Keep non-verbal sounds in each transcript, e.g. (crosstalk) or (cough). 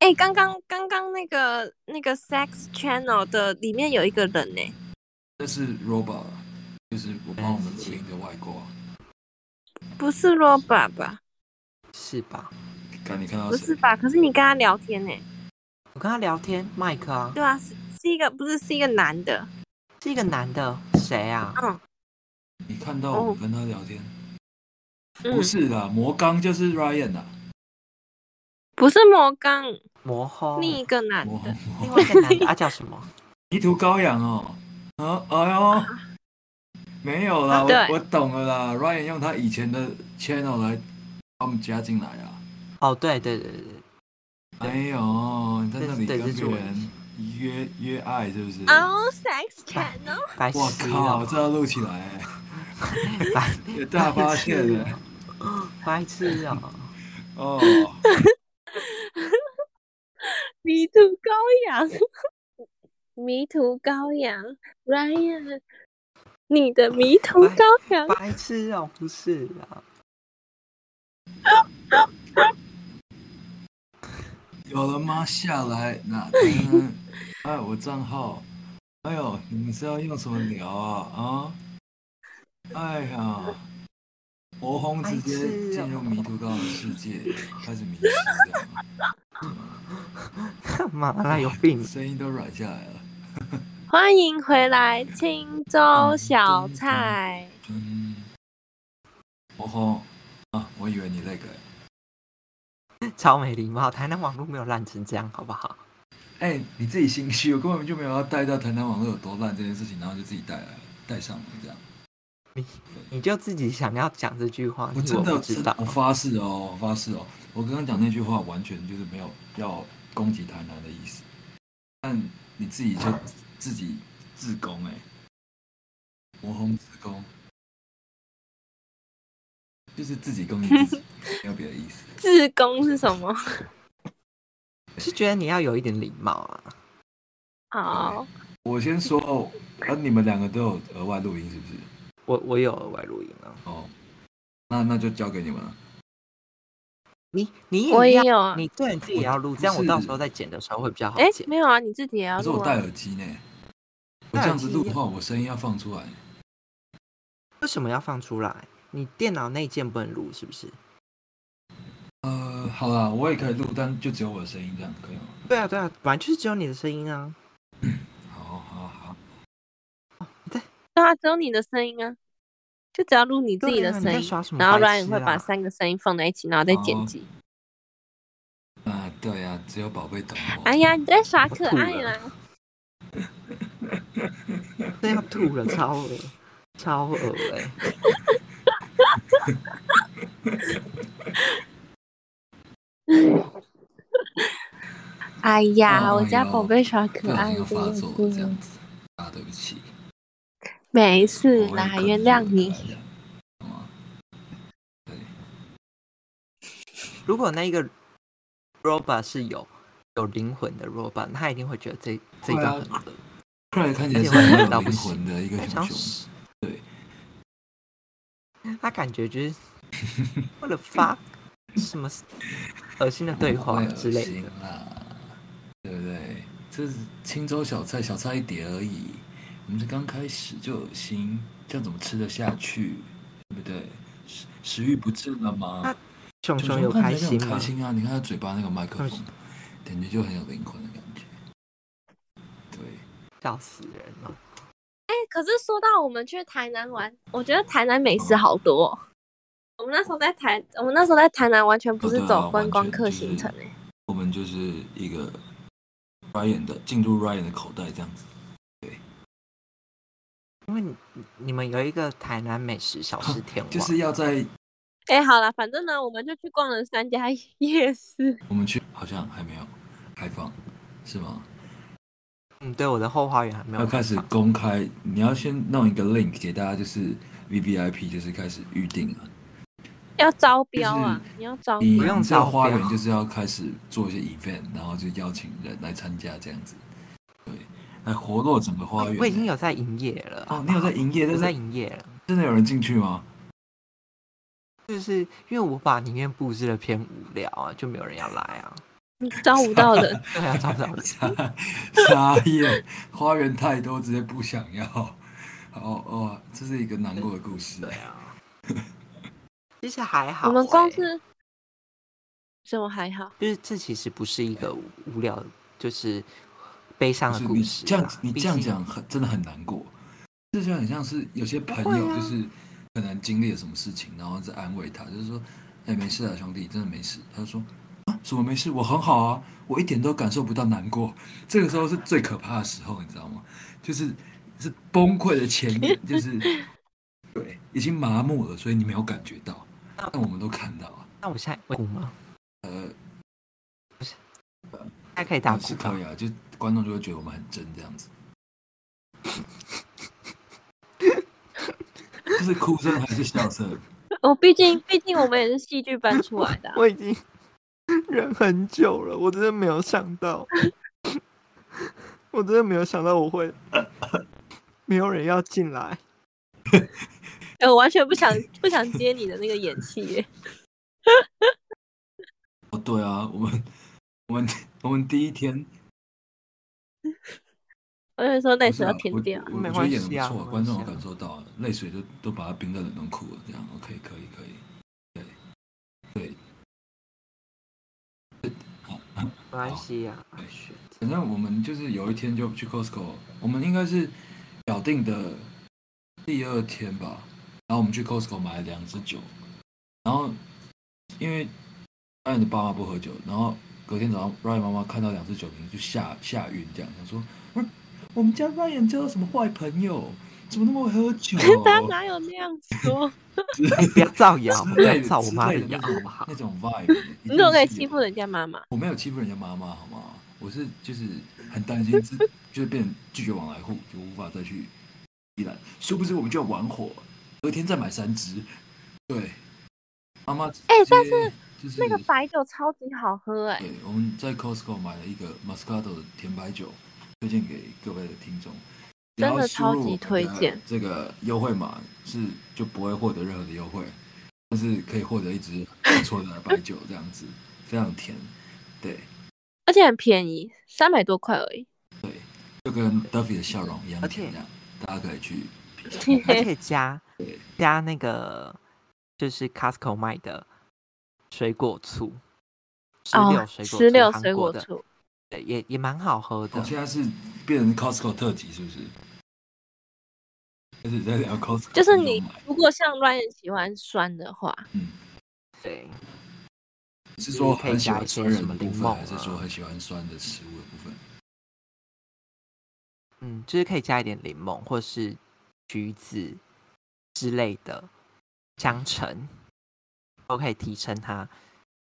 哎、刚刚刚刚那个那个 Sex Channel 的里面有一个人呢、这是 Robot，就是啊我帮我们录音的外挂。不是 Roba 吧？是吧？看你看到不是谁？吧？可是你跟他聊天呢、我跟他聊天，麦克啊，对啊，是是一个不是是一个男的，是一个男的，谁啊？嗯你看到我哦跟他聊天？嗯不，是啦，魔刚就是 Ryan 啊啦，不是魔刚，魔哦吼，另一个男魔的，魔另外一个男的，他叫什么？迷途羔羊哦。啊，哎呦，没有啦，啊对我我懂了啦。Ryan 用他以前的 channel 来把我们加进来啊。哦，对对对对对，没有，你在那里对跟别对这是我人约约爱是不是？哦、Sex Channel， (laughs) 白我痴靠，哦，这要录起 (laughs) 来、白有大发现了。白痴哦，哦，迷途羔羊，迷途羔羊，Ryan，你的迷途哎羔羊，白痴哦，不是啊，有了吗？下来哪天呢？哎，我账号。哎呦，你们是要用什么聊啊？啊？哎呀，魔红直白接痴哦进入迷途羔羊世界，开始迷失这样，干嘛啦？有病！声音都软下来了。欢迎回来青啊州小菜。嗯，魔红啊，我以为你那个。超没礼貌，台南网络没有烂成这样，好不好？哎、你自己心虚，我根本就没有要带到台南网络有多烂这件事情，然后就自己带来了带上了这样。你就自己想要讲这句话，我你真的不知道我，发誓哦，我发誓哦，我刚刚讲那句话完全就是没有要攻击台南的意思，但你自己就自己自攻哎、魔红自攻，就是自己攻击自己，没有别的意思。自宫是什么？是觉得你要有一点礼貌啊。好，我先说哦，啊，你们两个都有额外录音是不是？我我有额外录音啊，哦，那那就交给你们了。你你我也也要，有啊。你对你自己也要录，这样我到时候在剪的时候会比较好哎，剪。没有啊，你自己也要可是录我戴啊。耳机呢，我这戴耳样子录机的话，我声音要放出来。为什么要放出来？你电脑内建不能录是不是？呃，好啦，我也可以录，但就只有我的声音这样，可以吗？对啊对啊，本来就是只有你的声音啊。好好好，对啊，只有你的声音啊，就只要录你自己的声对啊你在音耍什，么然后白痴 Ryan 会把啊三个声音放在一起，然后再哦剪辑。啊，对呀、只有宝贝懂我。哎呀，你在耍我可吐哦爱了啦！对要吐了，超恶，超恶哎、哎呀，哦我家哟宝贝耍可不小爱，心又真发的作了，这是样子啊，对不起。没事我也啦，可原以谅的你。。好吗对，如果那一个 robot 是有有灵魂的 robot，他一定会觉得这这一会啊段很恶。突然看起来是而且我也很到有不灵行魂的一个想熊熊，对，他感觉就是为了发什么恶心的对话太啊恶之类心的。啦，对不对？这是青州小菜，小菜一碟而已。我们是刚开始就恶心，这样怎么吃得下去？对不对？食食欲不振了吗啊？熊熊熊有看开起来就心很吗开？心啊！你看他嘴巴那个麦克开风心，感觉就很有灵魂的感觉。对，笑死人哦了！哎可是说到我们去台南玩，我觉得台南美食好多哦、我们那时候在台，我们那时候在台南完全不哦是对啊走完观光全客就行是程哎、我们就是一个 Ryan 的进入 Ryan 的口袋这样子。因为你你们有一个台南美食小吃天王，就是要在哎、好啦，反正呢，我们就去逛了三家夜市。 (laughs) 我们去，好像还没有开放，是吗？嗯，对，我的后花园还没有要开始放公开，你要先弄一个 link 给大家，就是 V V I P，就是开始预定了。要招标啊！你要招你不用这个招花标园就是要开始做一些 event，然后就邀请人来参加这样子，对，来活络整个花园。哎我已经有在营业了。哦，你有在营业，我但在是营业了，真的有人进去吗？ (laughs) 就是因为我把里面布置的偏无聊啊，就没有人要来啊。 (laughs) 招不到 (laughs) 人。对啊，找不到人。沙叶花园太多，直接不想要。哦哦，这是一个难过的故事。对 (laughs) 啊，其实还好欸、我们公司什么还好？就是这其实不是一个无聊，就是悲伤不的是啊故你事啦。这样你毕这样竟讲很真的很难过，这就很像是有些朋会友啊就是可能经历了什么事情，然后在安慰他，就是说，哎、没事啊，兄弟，真的没事。他就说啊，什么没事？我很好啊，我一点都感受不到难过。这个时候是最可怕的时候，你知道吗？就是是崩溃的前面，就是对，已经麻木了，所以你没有感觉 (laughs) 到，但我们都看到啊，那我现在鼓吗？呃，现在可以打鼓是吧可以？啊，就观众就会觉得我们很真这样子。 (laughs) 就是哭声还是笑声？哦，毕竟毕竟我们也是戏剧班出来的啊、我已经忍很久了，我真的没有想到， (laughs) 我真的没有想到我会没有人要进来。哎、我完全不想不想接你的那个演戏耶。哦，对啊，我们我们我们第一天我就说那不是时啊候停我掉。我没我觉得演的关系啊不错、没关观众有系啊感受到，泪水都都把它冰在冷冻库了，这样 OK，可以可以，对对，没关系呀、哦啊，反正我们就是有一天就去 Costco，我们应该是表定的第二天吧，然后我们去 Costco 买了两支酒，然后因为 Ryan 的爸妈不喝酒，然后隔天早上 Ryan 妈妈看到两支酒瓶就吓吓晕，这样想说，嗯，我们家 Ryan 交了什么坏朋友，怎么那么会喝 (laughs) 酒他啊哪有那样说？之类哎不要造谣，之不要类的造我之妈类的的那谣，种好不好那？种 vibe，一你怎么定可以是欺有负人家妈妈？我没有欺负人家妈妈，好吗？我是就是很担心自，就是变成拒绝往来户，就无法再去依兰。殊不知我们就要玩火，隔天再买三支。对，妈妈哎哎但是就是那个白酒超级好喝哎、嗯对，我们在 Costco 买了一个 Moscato 的甜白酒，推荐给各位的听众。只真的要输入超级我们推的荐这个优惠码是就不会获得任何的优惠，但是可以获得一支不错的白酒，这样子非常甜。对，而且很便宜，三百多块而已。就跟 Duffy 的笑容一样而甜且这样，大家可以去。还可以加对加那个就是 Costco 卖的水果醋，石榴哦，水果醋，石榴韩水国果的，醋，对也也蛮好喝我的。哦现在是变成 Costco 特辑，是不是？开始在聊 Costco，就是怎么你买如果像 Ryan 喜欢酸的话，嗯，对，是说可以很喜加欢一些酸人什的么部柠分，檬还是啊说很喜欢酸的食物的部分？嗯，就是可以加一点柠檬或是橘子之类的香橙，都可以提升它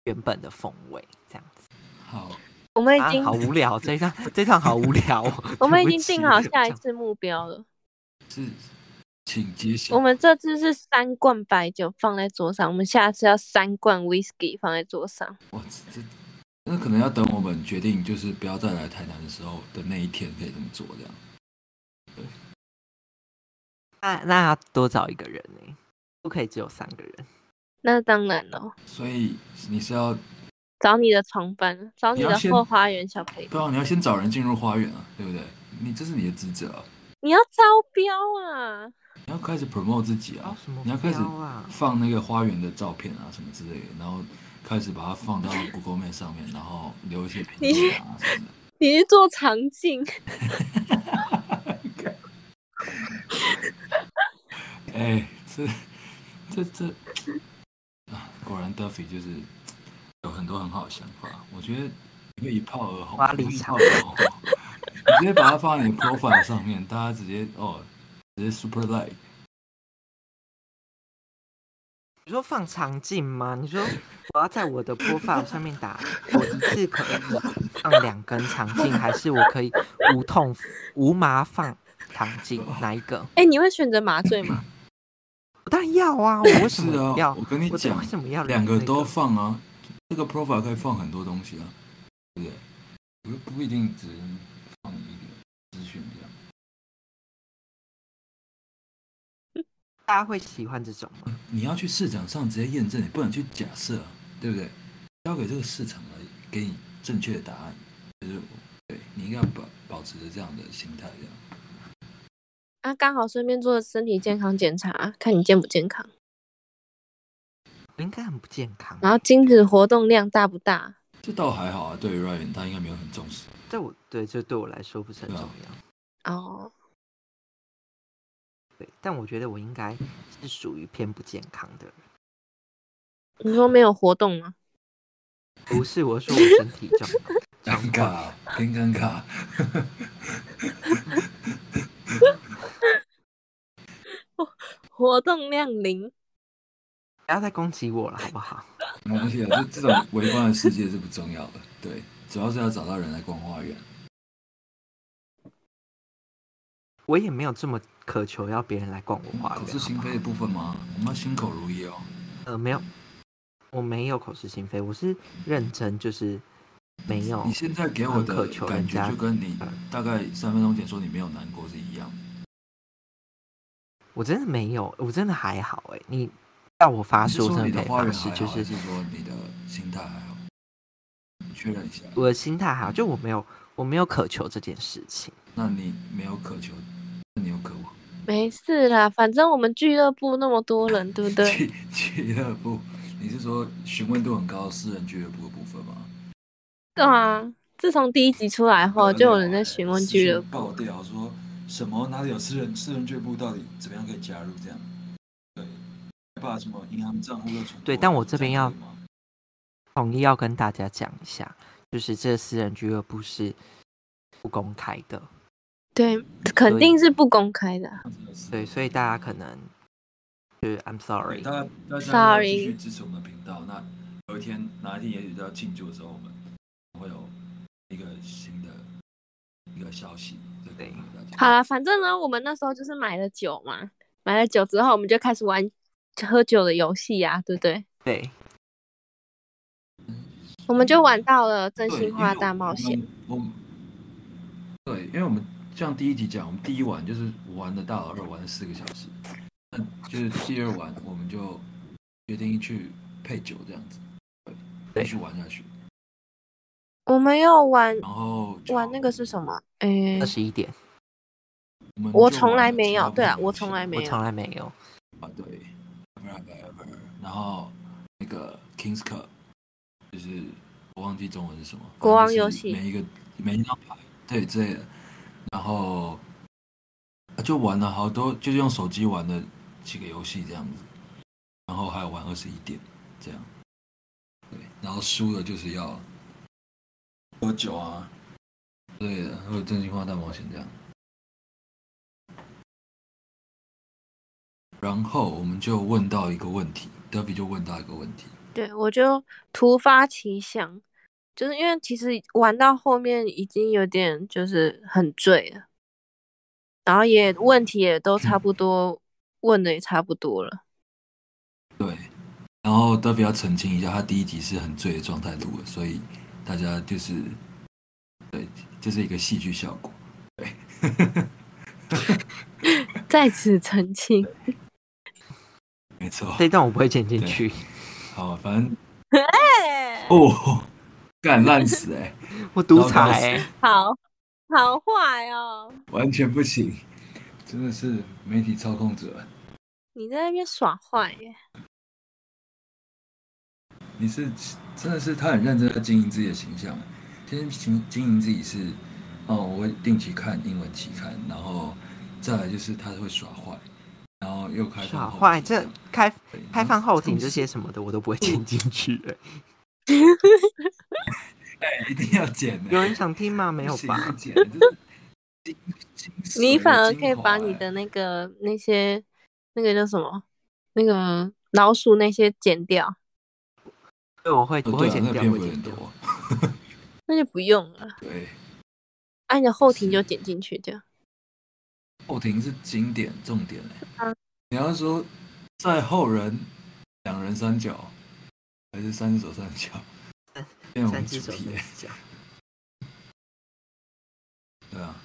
原本的风味。这样子好，我们已啊，经、好无聊，这一趟这一趟好无聊哦、 (laughs) 我们已经对不起定好下一这样次目标了。是请揭晓我。们这次是三罐白酒放在桌上，我们下次要三罐 whisky 放在桌上。哇，这这那可能要等我们决定，就是不要再来台南的时候的那一天，可以这么做这样。那那要多找一个人呢、不可以只有三个人。那当然了，所以你是要，找你的床伴，找你你要的先后花园小陪不然你要先找人进入花园啊，对不对？你这是你的职责啊、你要招标啊！你要开始 promote 自己啊哦，什么你要开始标啊放那个花园的照片啊，什么之类的，然后开始把它放到 Google Map 上面，然后留一些评论啊什么的。你去做场景，哎，这这这啊，果然 Duffy 就是有很多很好的想法。我觉得你可以一炮而红，花里一茶炮而红，你直接把它放在你的 profile 上面，大家直接哦，直接 super like。你说放场景吗？你说我要在我的播放上面打，我一次可以放两根场景，还是我可以无痛无麻放场景？哪一个？哎、你会选择麻醉吗？我当然要啊！我为是什么啊要，？我跟你我讲为，什么要两个个都放啊，这个 profile 可以放很多东西啊，对不对？我又不一定只能放一个资讯这样。大家会喜欢这种吗？你要去市场上直接验证，你不能去假设啊，对不对？交给这个市场来给你正确的答案，就是对你应该要保保持着这样的心态，这样。 (laughs) 啊，刚好顺便做身体健康检查，看你健不健康，我应该很不健康。然后精子活动量大不大？这倒还好啊，对于 Ryan 他应该没有很重视，对我对，就对我来说不是很对啊重要。哦，对，但我觉得我应该是属于偏不健康的人。你说没有活动吗？不是，我说我身体状况尴尬状况。啊， (laughs) 偏尴尬。活动量零，不要再攻击我了，好不好？没关系啊，这这种微观的世界是不重要的，对，主要是要找到人来逛花园。我也没有这么渴求要别人来逛我花口园是好心不好非的部分吗？我们要心口如一哦。呃，没有，我没有口是心非，我是认真，就是没有你。现在给我的感觉就跟你大概三分钟前说你没有难过是一样的。我真的没有，我真的还好哎、你要我发你誓，是我说真你的的可以花发园誓，还就好，还是是说你的心态还好？你确认一下。我的心态还好，就我没有我没有渴求这件事情。那你没有渴求，那你有渴望。没事啦，反正我们俱乐部那么多人，对不对？ (laughs) 俱俱乐部，你是说询问度很高私人俱乐部的部分吗？对啊，自从第一集出来后，哦就有人在询问俱乐部。部，爆掉说什么哪里有私人私人俱乐部，到底怎么样可以加入这样？对，把什么银行账户又存对过但来我这边样要可以吗统一要跟大家讲一下，就是这私人俱乐部是不公开的，对，肯定是不公开的啊。这样子的私对，所以大家可能就是 I'm 对 sorry，大家大家 Sorry 要继续支持我们的频道。那有一天，哪一天也许在庆祝的时候，我们会有一个新的一个消息，再给大家。好了，反正呢，我们那时候就是买了酒嘛，买了酒之后，我们就开始玩喝酒的游戏呀、对不对？对，我们就玩到了真对，心因话为大冒险。我们。我们对，因为我们像第一集讲，我们第一晚就是玩的大老二，玩了四个小时。那就是第二晚，我们就决定去配酒这样子，对，对继续玩下去。我们又玩然后就玩那个是什么？诶、二十一点，我们我就从玩来了没其有他部对啊分的我游从戏来没我有从来没有。啊，对，ever ever ever，然后那个 Kings Cup 就是我忘记中文是什么，国反王正游就是戏每一个每一张牌对之类的，然后啊就玩了好多，就是用手机玩的几个游戏这样子，然后还有玩二十一点这样，对，然后输了就是要喝酒啊之类的，或者真心话大冒险这样。然后我们就问到一个问题，德比就问到一个问题，对我就突发奇想，就是因为其实玩到后面已经有点就是很醉了，然后也问题也都差不多，问的也差不多了。对，然后德比要澄清一下，他第一集是很醉的状态录的，所以大家就是，对，就是一个戏剧效果。在此澄清，没错，这一段我不会剪进去， (laughs) 好，反正 (laughs) 哦，干烂死哎、我独裁、欸。好好坏哦，完全不行，真的是媒体操控者。你在那边耍坏耶！你是真的是他很认真在经营自己的形象，先经经营自己是，哦，我会定期看英文期刊，然后再来就是他会耍坏，然后又开耍放后嗯啊坏，庭这开对开然后放后这种庭这些什么的，我都不会剪进 (laughs) 去、欸。事一定要剪的、有人想听吗？没有不行吧不？剪这是精精髓你反而精可以把华你欸的那个那些那个叫什么那个老鼠那些剪掉， (laughs) 对，我会，哦我对会啊剪那掉，篇我幅会有剪点掉。多，那就不用了，对，按着后庭就剪进去这样。后庭是经典重点哎、啊你要说在后人两人三角还是三只手三只脚，变我三们只主手题三欸只脚，对啊，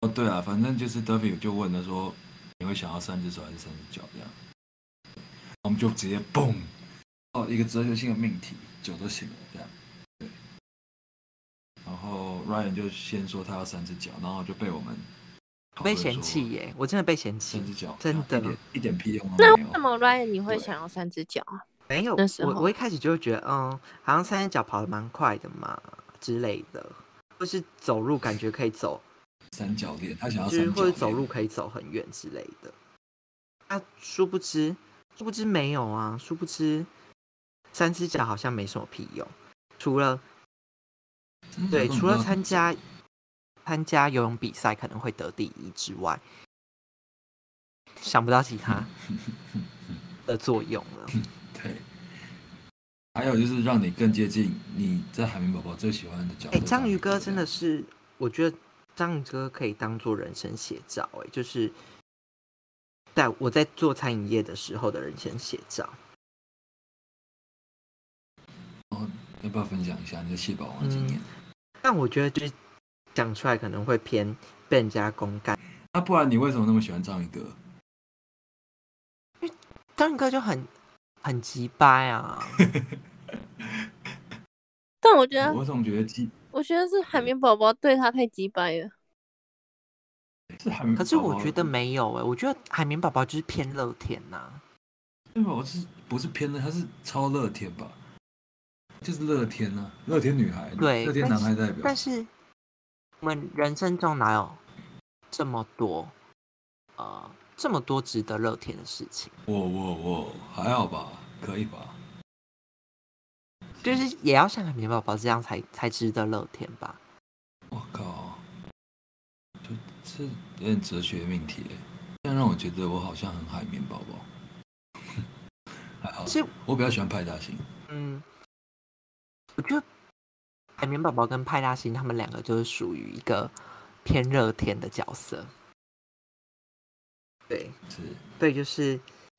哦对啊，反正就是 Duffy 就问他说，你会想要三只手还是三只脚这样？我们就直接嘣，哦一个哲学性的命题，酒都醒了这样。对， Ryan 就先说他要三只脚，然后就被我们讨被论嫌说弃耶，我真的被嫌三只弃，脚真一的点一点屁用都那没为什有。么 Ryan 你会对想要三只脚啊？没有那时我候我一开始就会觉得，嗯，好像三只脚跑得蛮快的嘛之类的，或是走路感觉可以走三角恋，他想要就三是角或者走恋路可以走很远之类的。啊，殊不知，殊不知没有啊，殊不知三只脚好像没什么屁用，除了真的对，根本除不知了道参加参加游泳比赛可能会得第一之外，想不到其他的作用了。对，还有就是让你更接近你在海绵宝宝最喜欢的角色。哎、章鱼哥真的是，我觉得章鱼哥可以当做人生写照、哎，就是在我在做餐饮业的时候的人生写照。要不要分享一下你的蟹堡王经验？嗯但我觉得就是讲出来可能会偏被人家公干。那、不然你为什么那么喜欢章鱼哥？章鱼哥就很很鸡掰啊，但我觉得，我总觉得鸡我觉得是嗯海绵宝宝对他太鸡掰了。是啊海绵宝宝，可是我觉得没有哎、我觉得海绵宝宝就是偏乐天呐、海绵宝宝是不是偏的？他是超乐天吧？就是乐天啊，乐天女孩，对乐天男孩代表。但是我们人生中哪有这么多呃这么多值得乐天的事情？我我我还好吧，可以吧？就是也要像海绵宝宝这样才才值得乐天吧？我靠，就这有点哲学命题耶，这样让我觉得我好像很海绵宝宝。 (laughs) 还好可，是我比较喜欢派大星。嗯，我觉得海绵宝宝跟派大星他们两个就是属于一个偏热天的角色。对是对，就是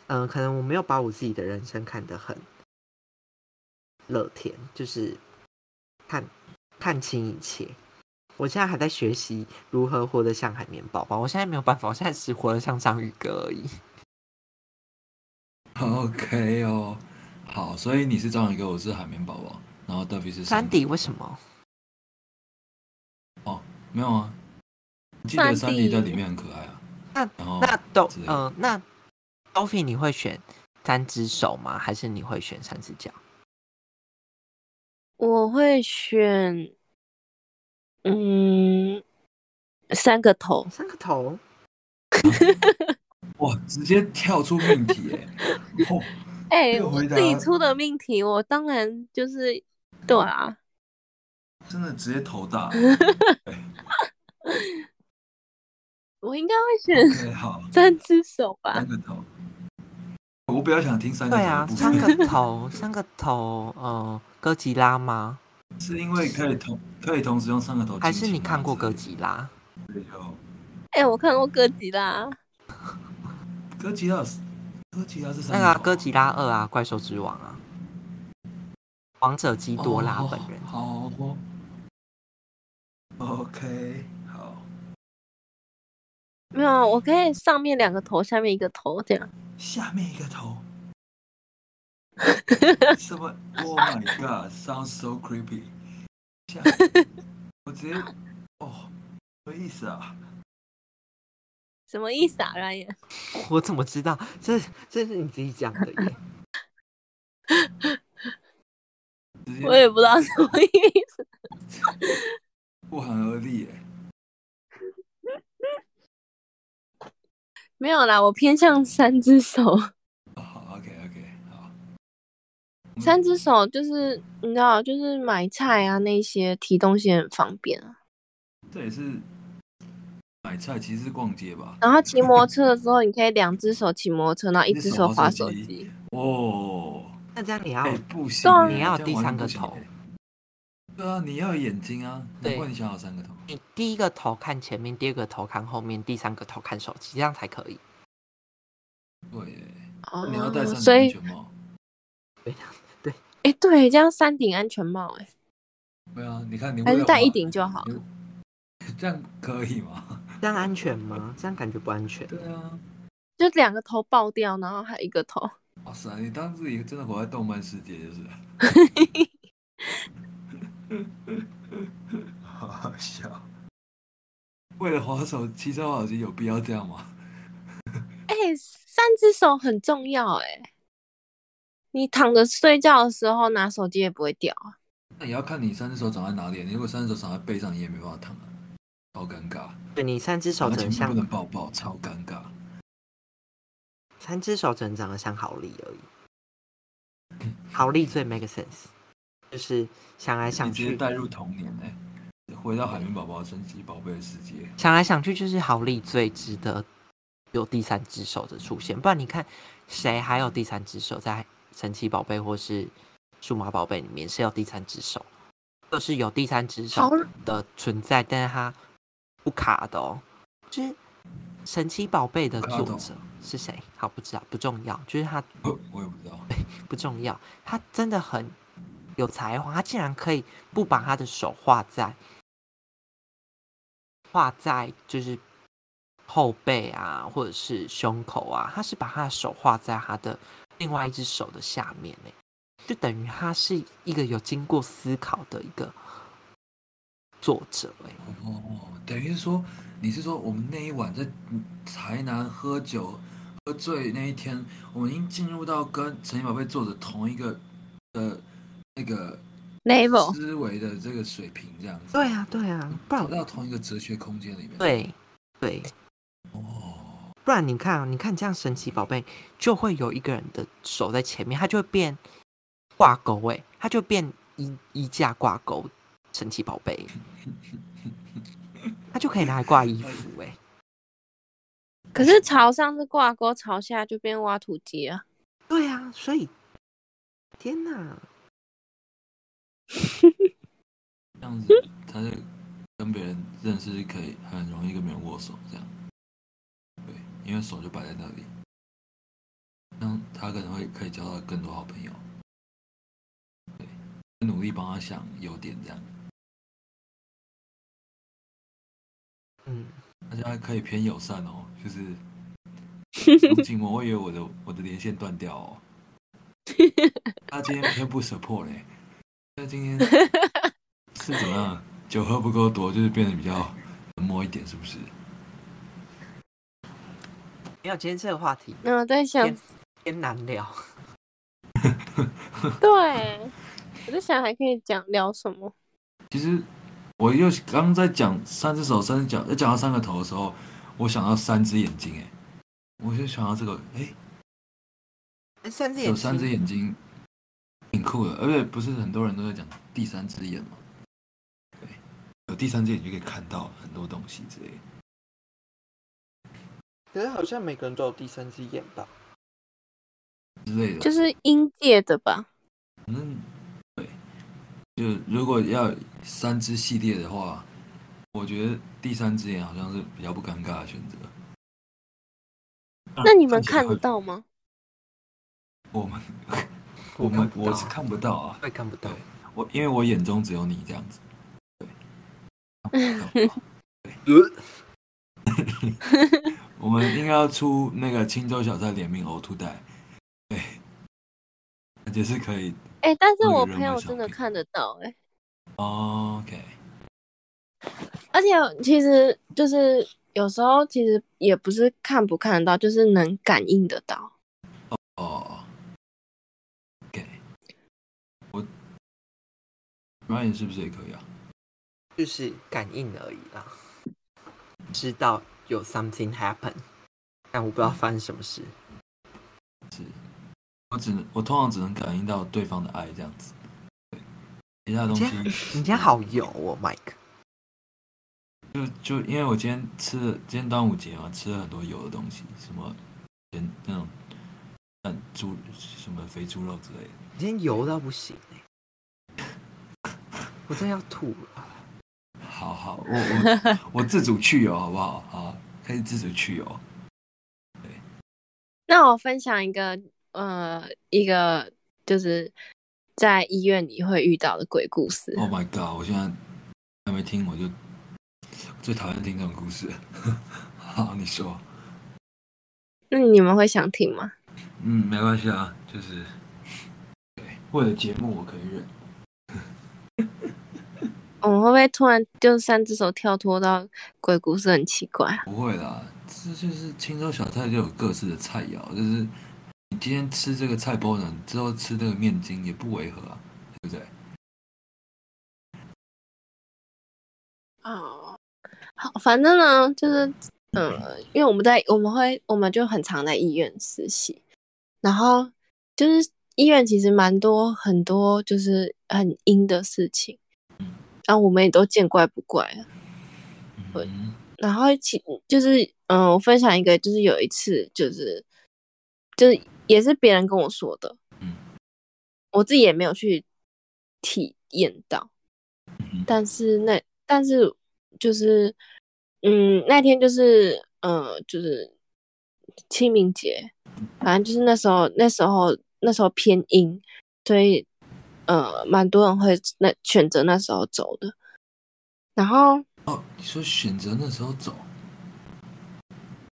嗯、呃可能我没有把我自己的人生看得很乐天，就是看看清一切。我现在还在学习如何活得像海绵宝宝，我现在没有办法，我现在只活得像章鱼哥而已。 (laughs) OK 哦，好，所以你是章鱼哥，我是海绵宝宝，然后 Duffy 是山山迪为什么？哦没有啊？我记得山山迪迪在里面很可爱啊。那然后那都之类的嗯、那 d o f f y 你会选三只手吗？还是你会选三只脚？我会选，嗯，三个头。三个头，哇，直接跳出命题耶！哦，哎、这个我回答嗯自己出的命题，我当然就是对啊。真的直接头大。我应该会选 (laughs) OK，好，三只手吧三。个头。我比较想听三个对头啊的，部三分，个头，三个头，嗯、哥吉拉吗？是因为可以同可以同时用三个头进行啊。还是你看过之类哥的吉拉？对哦就哎、我看过哥吉拉，哥吉拉是，哥吉拉是三那个啊头哦哥吉拉二啊，怪兽之王啊，王者基多拉本人。哦好，OK，好，没有啊，我可以上面两个头，下面一个头这样。下面一个头。什么？Oh my god，sounds so creepy 下。我直接，哦，什么意思啊？什么意思啊，Ryan？ (laughs) 哦我怎么知道？这这是你自己讲的 (laughs) 耶。直我接也不知道什么意思。不寒而栗耶。没有啦，我偏向三只手。哦好，OK，OK，好。嗯三只手就是你知道，就是买菜啊那些提东西很方便啊。这也是买菜，其实是逛街吧。然后骑摩托车的时候，你可以两只手骑摩托车，然后一只手滑手一只手滑手机。哦。那这样你要哎、不行对啊耶，你要这样第完全三不个行头耶。对啊，你要眼睛啊，难对怪你想要三个头。你第一个头看前面，第二个头看后面，第三个头看手机，这样才可以。对耶，哦你要戴，三个所安以全帽。哎，对，这样三顶安全帽，哎，对啊，你看你为还是了戴一滑，顶就好。 (laughs) 这样可以吗？ (laughs) 这样安全吗？这样感觉不安全。对啊，就两个头爆掉，然后还有一个头。 (laughs) 哇塞，你当自己真的活在动漫 (laughs) 世界就是。好笑。为了滑手骑车滑手机有必要这样吗？ (laughs) 哎、三只手很重要哎、你躺着睡觉的时候拿手机也不会掉啊。那也要看你三只手长在哪里。你如果三只手长在背上，你也没办法躺啊，超尴尬。对你三只手而整且不像能抱抱，超尴尬。三只手整长得像好利而已，好利最 make sense，就是想来想你直接去，带入童年哎、回到海绵宝宝、神奇宝贝的世界。想来想去就是好利最值得有第三只手的出现，不然你看谁还有第三只手在神奇宝贝或是数码宝贝里面是有第三只手，就是有第三只手好的存在，但是它不卡的哦，就是神奇宝贝的不卡作的哦者是谁？好不知道，不重要，就是他我哦我也不知道，不重要，他真的很有才华，他竟然可以不把他的手画在画在就是后背啊，或者是胸口啊，他是把他的手画在他的另外一只手的下面呢、就等于他是一个有经过思考的一个作者哎、哦，等于是说，你是说我们那一晚在台南喝酒喝醉那一天，我们已经进入到跟神奇宝贝作者同一个的那个 Level 思维的这个水平，这样子。对啊，对啊，不然走到同一个哲学空间里面。，对对，哦，不然你看啊，你看这样神奇宝贝就会有一个人的手在前面，他就会变挂钩哎、他就变衣衣架挂钩神奇宝贝，他就可以拿来挂衣服哎、可是朝上是挂钩，朝下就变挖土机啊。对啊，所以天哪，这样子，他就跟别人认识可以很容易跟别人握手，这样。对，因为手就摆在那里，让他可能会可以交到更多好朋友。对，努力帮他想优点，这样嗯，大家可以偏友善哦，就是。不用静默，我以为我的我的连线断掉哦。他今天偏不 support 嘞、他今天是怎么样？酒喝不够多，就是变得比较沉默一点，是不是？没有今天这个话题那我在想天，偏难聊，对，我在想还可以讲聊什么？其实我又刚刚在讲三只手、三只脚，在讲到三个头的时候，我想到三只眼睛、欸，我就想到这个，哎、哎三只眼有三只睛眼睛，挺酷的，而且不是很多人都在讲第三只眼嘛，对，有第三只眼就可以看到很多东西之类的。可是好像每个人都有第三只眼吧？之类的，就是应届的吧。 (laughs) 反正对，就如果要三只系列的话，我觉得第三只眼好像是比较不尴尬的选择。那你们看起得来会？到吗？我们我们看不我到是看不到啊，会看不到对，我因为我眼中只有你这样子，对，看不到呃我们应该要出那个青州小菜联名呕吐袋，对，而且是可以哎、但是那个我人朋蛮友少真的见看得到哎、 ，OK，而且其实就是有时候其实也不是看不看得到，就是能感应得到。哦，OK，我，Ryan 是不是也可以啊？就是感应而已啦，知道有 something happen，但我不知道发生什么事。是，我只能我通常只能感应到对方的爱这样子，对，其他的东今西天你今天好油哦，Mike。就就因为我今天吃了今天端午节嘛，吃了很多油的东西，什么嗯那种嗯猪什么肥猪肉之类的，你今天油到不行欸我真的要吐了。好好，我我 (laughs) 我自主去油好不好？好，可以自主去油，那我分享一个呃一个就是在医院里会遇到的鬼故事。 Oh my god！我现在还没听，我就最讨厌听这种故事。 (laughs) 好，你说，那你们会想听吗？嗯，没关系啊，就是对，为了节目我可以忍。我们会不会突然就三只手跳脱到鬼故事很奇怪啊？不会啦，这就是青州小菜就有各自的菜肴，就是你今天吃这个菜包呢，之后吃这个面筋也不违和啊，对不对？哦，好，反正呢，就是嗯，因为我们在我们会我们就很常在医院实习，然后就是医院其实蛮多很多就是很阴的事情，然后我们也都见怪不怪了。对嗯，然后其就是嗯，我分享一个，就是有一次就是就是也是别人跟我说的，嗯我自己也没有去体验到，嗯哼但是那但是就是嗯那天就是呃就是清明节，反正就是那时候那时候那时候偏阴，所以呃蛮多人会那选择那时候走的，然后。哦，你说选择那时候走，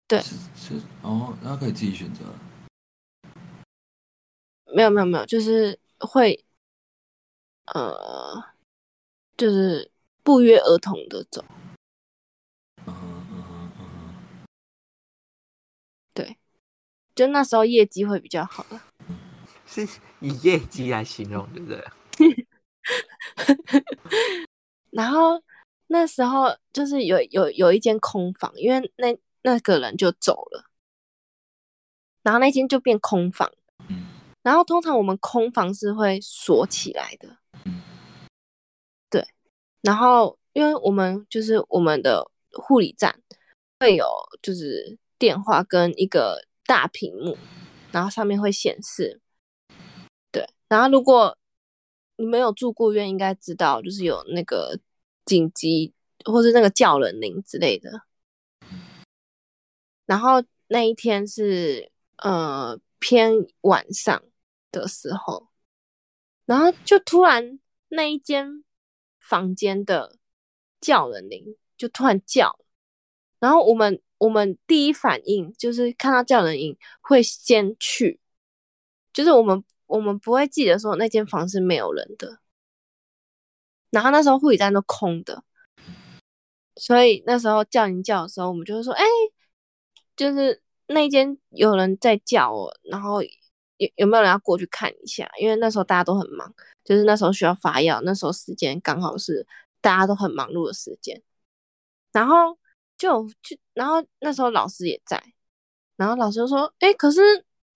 对是是哦，那可以自己选择，没有没有没有，就是会，呃，就是不约而同的走。嗯哼嗯哼嗯哼对，就那时候业绩会比较好了。是以业绩来形容，对不对？然后那时候就是有有有一间空房，因为那那个人就走了，然后那间就变空房。嗯然后通常我们空房是会锁起来的嗯，对。然后因为我们就是我们的护理站会有就是电话跟一个大屏幕，然后上面会显示，对。然后如果你们有住过院，应该知道就是有那个紧急或是那个叫人铃之类的。然后那一天是呃偏晚上的时候，然后就突然那一间房间的叫人铃就突然叫，然后我们我们第一反应就是看到叫人铃会先去，就是我们我们不会记得说那间房是没有人的，然后那时候护理站都空的，所以那时候叫人叫的时候，我们就会说，哎、就是那间有人在叫我，然后有有没有人要过去看一下？因为那时候大家都很忙，就是那时候需要发药，那时候时间刚好是大家都很忙碌的时间。然后就有就然后那时候老师也在，然后老师就说：“哎、可是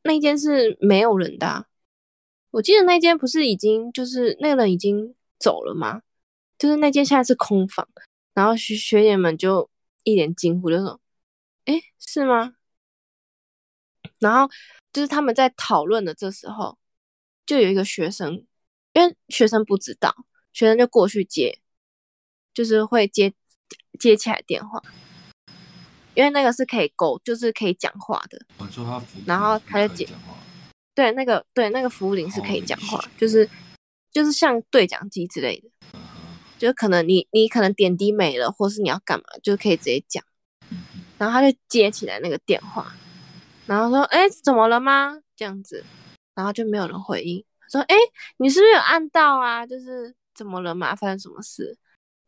那间是没有人的、啊，我记得那间不是已经就是那个人已经走了吗？就是那间现在是空房。”然后学学姐们就一脸惊呼，就说：“诶，是吗？”然后就是他们在讨论的这时候，就有一个学生，因为学生不知道，学生就过去接，就是会接接起来电话，因为那个是可以沟，就是可以讲话的。我说他服务然后是他就可以解讲话，对，那个对那个服务铃是可以 Holy 讲话 shit，就是就是像对讲机之类的，就是可能你你可能点滴没了，或是你要干嘛，就可以直接讲。然后他就接起来那个电话，然后说：“哎，怎么了吗？”这样子，然后就没有人回应。他说：“哎，你是不是有按到啊？就是怎么了嘛？发生什么事？”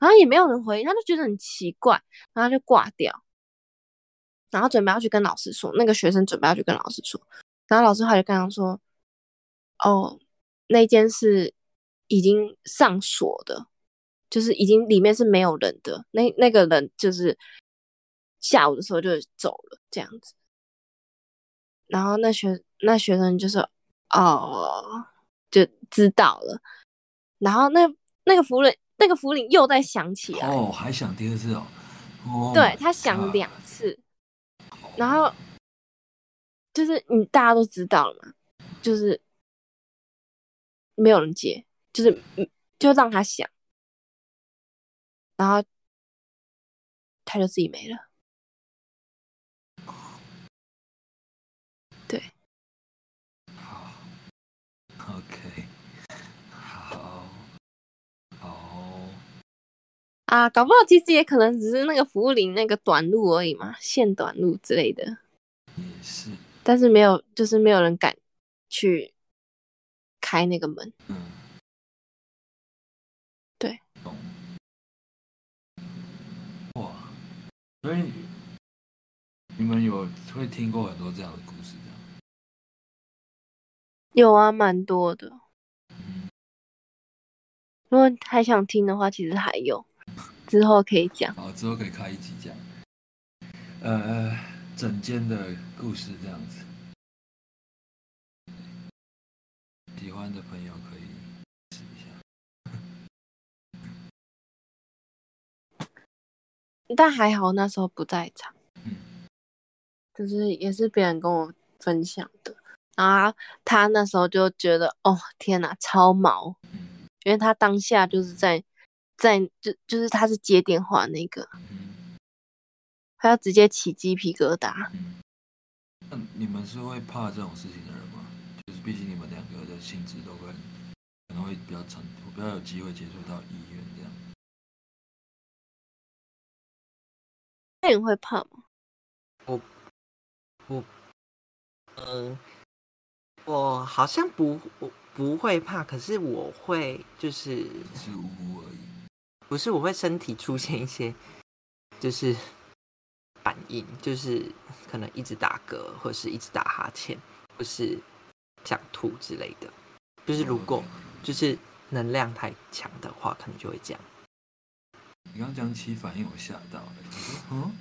然后也没有人回应，他就觉得很奇怪，然后就挂掉。然后准备要去跟老师说，那个学生准备要去跟老师说，然后老师后来就跟他说：“哦，那间是已经上锁的，就是已经里面是没有人的。那那个人就是下午的时候就走了，这样子。”然后那学那学生就说：“哦，就知道了。”然后那那个福林那个福林又在响起来，哦，还想第二次哦，哦，啊对他响两次。然后就是你大家都知道了嘛，就是没有人接，就是嗯就让他想，然后他就自己没了。好，OK，好，好，啊，搞不好其实也可能只是那个服务铃那个短路而已嘛，线短路之类的，也是，但是没有，就是没有人敢去开那个门。嗯，对，懂，所以你们有会听过很多这样的故事，这样。有啊，蛮多的。嗯，如果还想听的话，其实还有，之后可以讲。好，之后可以开一集讲，呃，整间的故事这样子。喜欢的朋友可以试一下。但还好那时候不在场嗯，就是也是别人跟我分享的，然后他那时候就觉得哦天哪，超毛，嗯因为他当下就是在在就就是他是接电话那个，嗯他直接起鸡皮疙瘩。嗯。那你们是会怕这种事情的人吗？就是毕竟你们两个的性质都会，可能会比较常，比较有机会接触到医院这样。那你会怕吗？嗯，我好像不我不会怕，可是我会就是只是无辜而已。不是我会身体出现一些就是反应，就是可能一直打嗝，或是一直打哈欠，或是想吐之类的。就是如果嗯就是能量太强的话，可能就会这样。你刚刚讲起反应，我吓到了。我说嗯，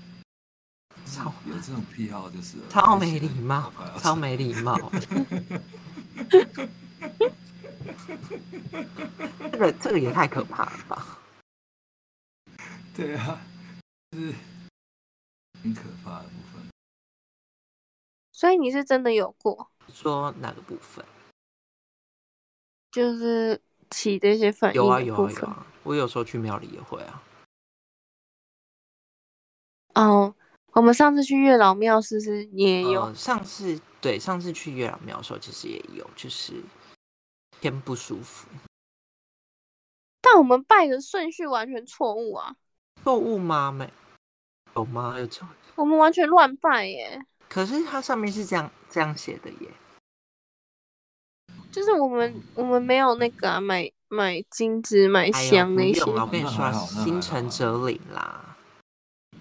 超有这种癖好就是了超没礼貌，超。没礼貌。 (laughs) 这个这个也太可怕了吧！对啊，就是很可怕的部分。所以你是真的有过，说哪个部分？就是起这些反应有啊的有部啊分。有啊！我有时候去庙里也会啊。哦，我们上次去月老庙是不是你也有？呃上次对上次去月老庙的时候，其实也有，就是偏不舒服。但我们拜的顺序完全错误啊，错误吗？没有吗？有错。我们完全乱拜耶、可是它上面是这样这样写的耶。就是我们我们没有那个、啊、买买金纸、买哎呦香不那些，用了我跟你说那还啊，好那还心诚好则灵啦。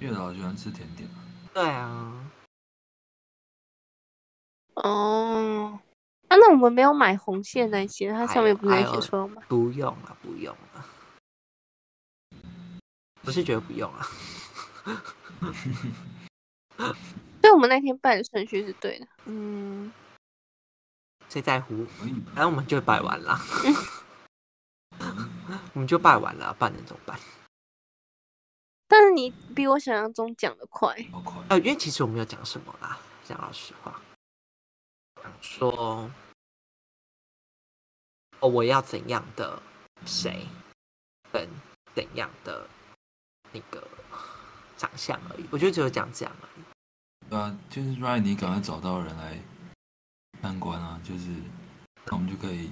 月老喜欢吃甜点啊，对啊。哦。啊，那我们没有买红线那些，它上面不是哎也呦写说要买？不用了，不用了。我是觉得不用啊了，所以我们那天拜的顺序是对的。嗯，谁在乎？可以吧然后我们就拜完了，嗯我们就拜完了，拜能怎么办？但是你比我想象中讲的快，好快。呃，因为其实我没有讲什么啦，讲老实话，想说哦，我要怎样的谁，跟怎样的那个长相而已，我就只有讲这样而已。对啊，就是 Ryan，你赶快找到人来参观啊，就是那我们就可以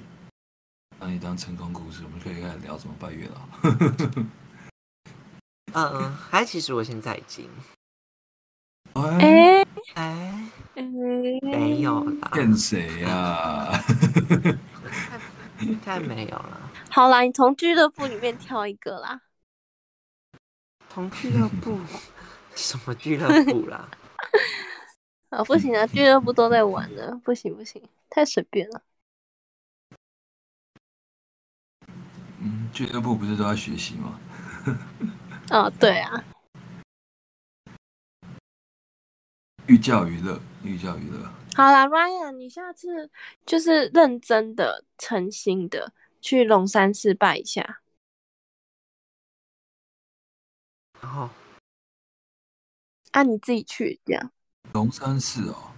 把你当成功故事，我们就可以开始聊怎么拜月老。嗯、嗯，还其实我现在已经 (laughs) 哎，哎、哎。哎，嗯没有啦，骗谁啊呀？应该没有啦。好啦，你从俱乐部里面挑一个啦。同俱乐部，什么俱乐部啦？啊，不行啊，俱乐部都在玩呢，不行不行，太随便了。 (laughs) 嗯，俱乐部不是都在学习吗？啊，对啊，寓教于乐，寓教于乐。好啦，Ryan，你下次就是认真的、诚心的去龙山寺拜一下。然后啊，你自己去这样。龙山寺哦，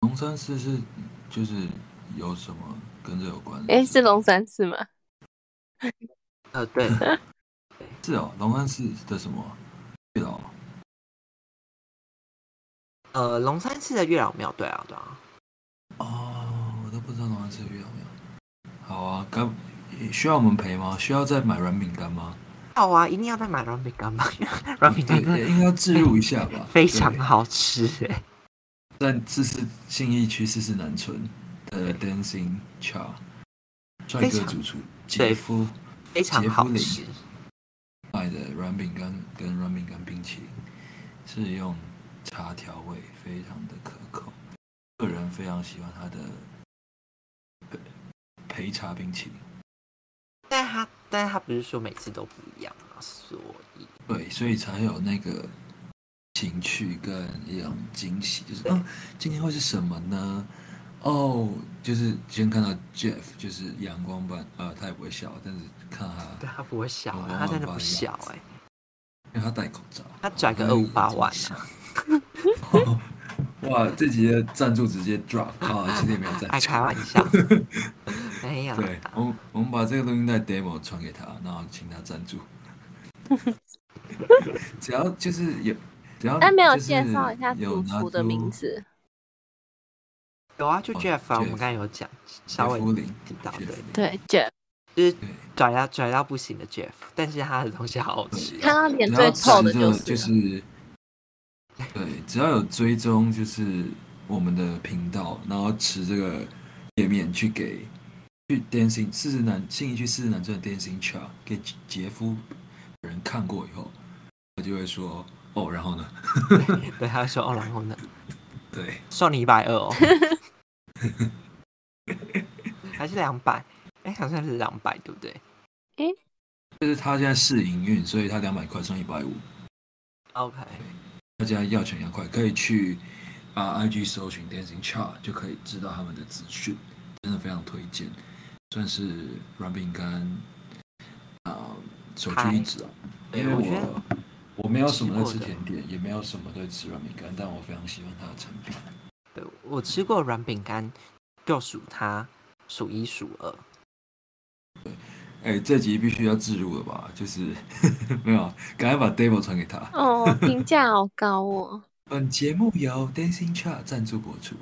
龙山寺是就是有什么跟这有关的？诶，是龙山寺吗？呃， (laughs) (laughs) 对，是哦，龙山寺的什么月老？哦呃，龙山寺的月老庙，对啊，对啊，哦，我都不知道龙山寺有月老庙。好啊，该需要我们陪吗？需要再买软饼干吗？好啊，一定要再买软饼 (laughs) 干吧，因为软饼干真对，的应该要置入一下吧。非常好吃哎。对，在这是信义区四四南村的 Dancing Cha，帅非哥常主厨杰对夫非常好吃，买的软饼干跟软饼干冰淇淋，是用茶调味，非常的可口。个人非常喜欢它的呃焙茶冰淇淋。但他但是他不是说每次都不一样吗？所以对，所以才有那个情趣跟一种惊喜，就是啊，今天会是什么呢？哦，就是今天看到 Jeff，就是阳光版，呃，他也不会笑，但是看到他，对他不会小、哦啊，他真的我明不白小哎、因为他戴口罩，他拽个然后有258万啊惊喜哇，这集的赞助直接 drop 啊，其实也没有 (laughs) 赞助，爱哎开玩 (laughs) 笑，哎没有啦对，我们我们把这个录音带 demo 传给他，然后请他赞助。只要就是有，只要哎但没有就是介绍一下主有拿厨的名出字，有啊，就哦 Jeff 啊，我们 Jeff 刚才有讲，稍微夫林提到雪对，芙对琳，Jeff，就是对拽到拽到不行的 Jeff，但是他的东西好好吃 (laughs) 看哦、到脸只最要臭的持着是就了是，对，只要有追踪就是我们的频道，然后持这个页面去给去 Dancing 四十男信义区四十男镇的 Dancing Chart 给杰夫本人看过以后，他就会说哦，然后呢？对，他就说哦，然后呢，对，算你一百 (laughs) 二哦，还是两百？哎，好像是两百，对不对？就是他现在试营运，所以他两百块算一百五， OK，大家要钱要快，可以去啊、IG 搜寻 Dancing Chart 就可以知道他们的资讯，真的非常推荐，算是软饼干啊、首屈一指啊。对因为我觉得我我没有什么在吃吃过的甜点，也没有什么在吃软饼干，但我非常喜欢它的产品。对我吃过软饼干，就数它数一数二。哎、这集必须要置入了吧？就是 (laughs) 没有啊，赶快把 demo 传给他。哦，评价好高哦。本节目由 Dancing Chart 赞助播出。